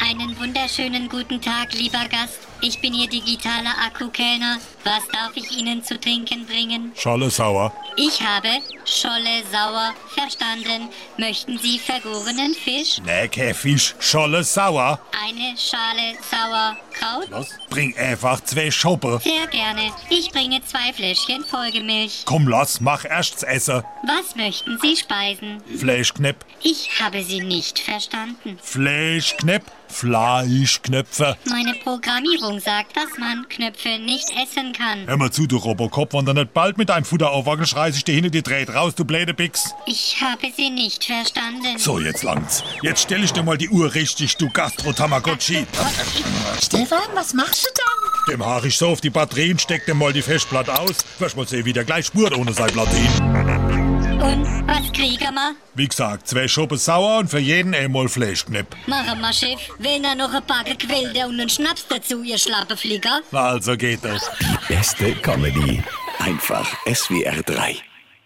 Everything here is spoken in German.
Einen wunderschönen guten Tag, lieber Gast. Ich bin Ihr digitaler Akkukellner. Was darf ich Ihnen zu trinken bringen? Scholle sauer. Ich habe Scholle sauer verstanden. Möchten Sie vergorenen Fisch? Nee, kein Fisch. Scholle sauer. Eine Schale Sauerkraut? Was? Bring einfach zwei Schoppen. Sehr gerne. Ich bringe zwei Fläschchen Folgemilch. Komm, lass, mach erst's Essen. Was möchten Sie speisen? Fleischknepp, Ich habe Sie nicht verstanden. Fleischknepp, Fleischknöpfe. Meine Programmierung sagt, dass man Knöpfe nicht essen kann. Hör mal zu, du Robocop, wenn du nicht bald mit deinem Futter aufwackelst, reiß ich dir hinter die Dreht raus, du blöde Pix. Ich habe Sie nicht verstanden. So, jetzt langt's. Jetzt stell ich dir mal die Uhr richtig, du Gastro-Tamagotchi. Stefan, was machst du da? Dem haar ich so auf die Batterien, steck dir mal die Festplatte aus. Wirst mal sehen, wie der gleich spurt ohne sein Platin. Und was kriegen wir? Wie gesagt, zwei Schoppen sauer und für jeden einmal Fleischknepp. Machen wir, Chef. Wenn er noch ein paar Gequälte und einen Schnaps dazu, ihr Schlappeflieger. Na, also geht das. Beste Comedy. Einfach SWR 3.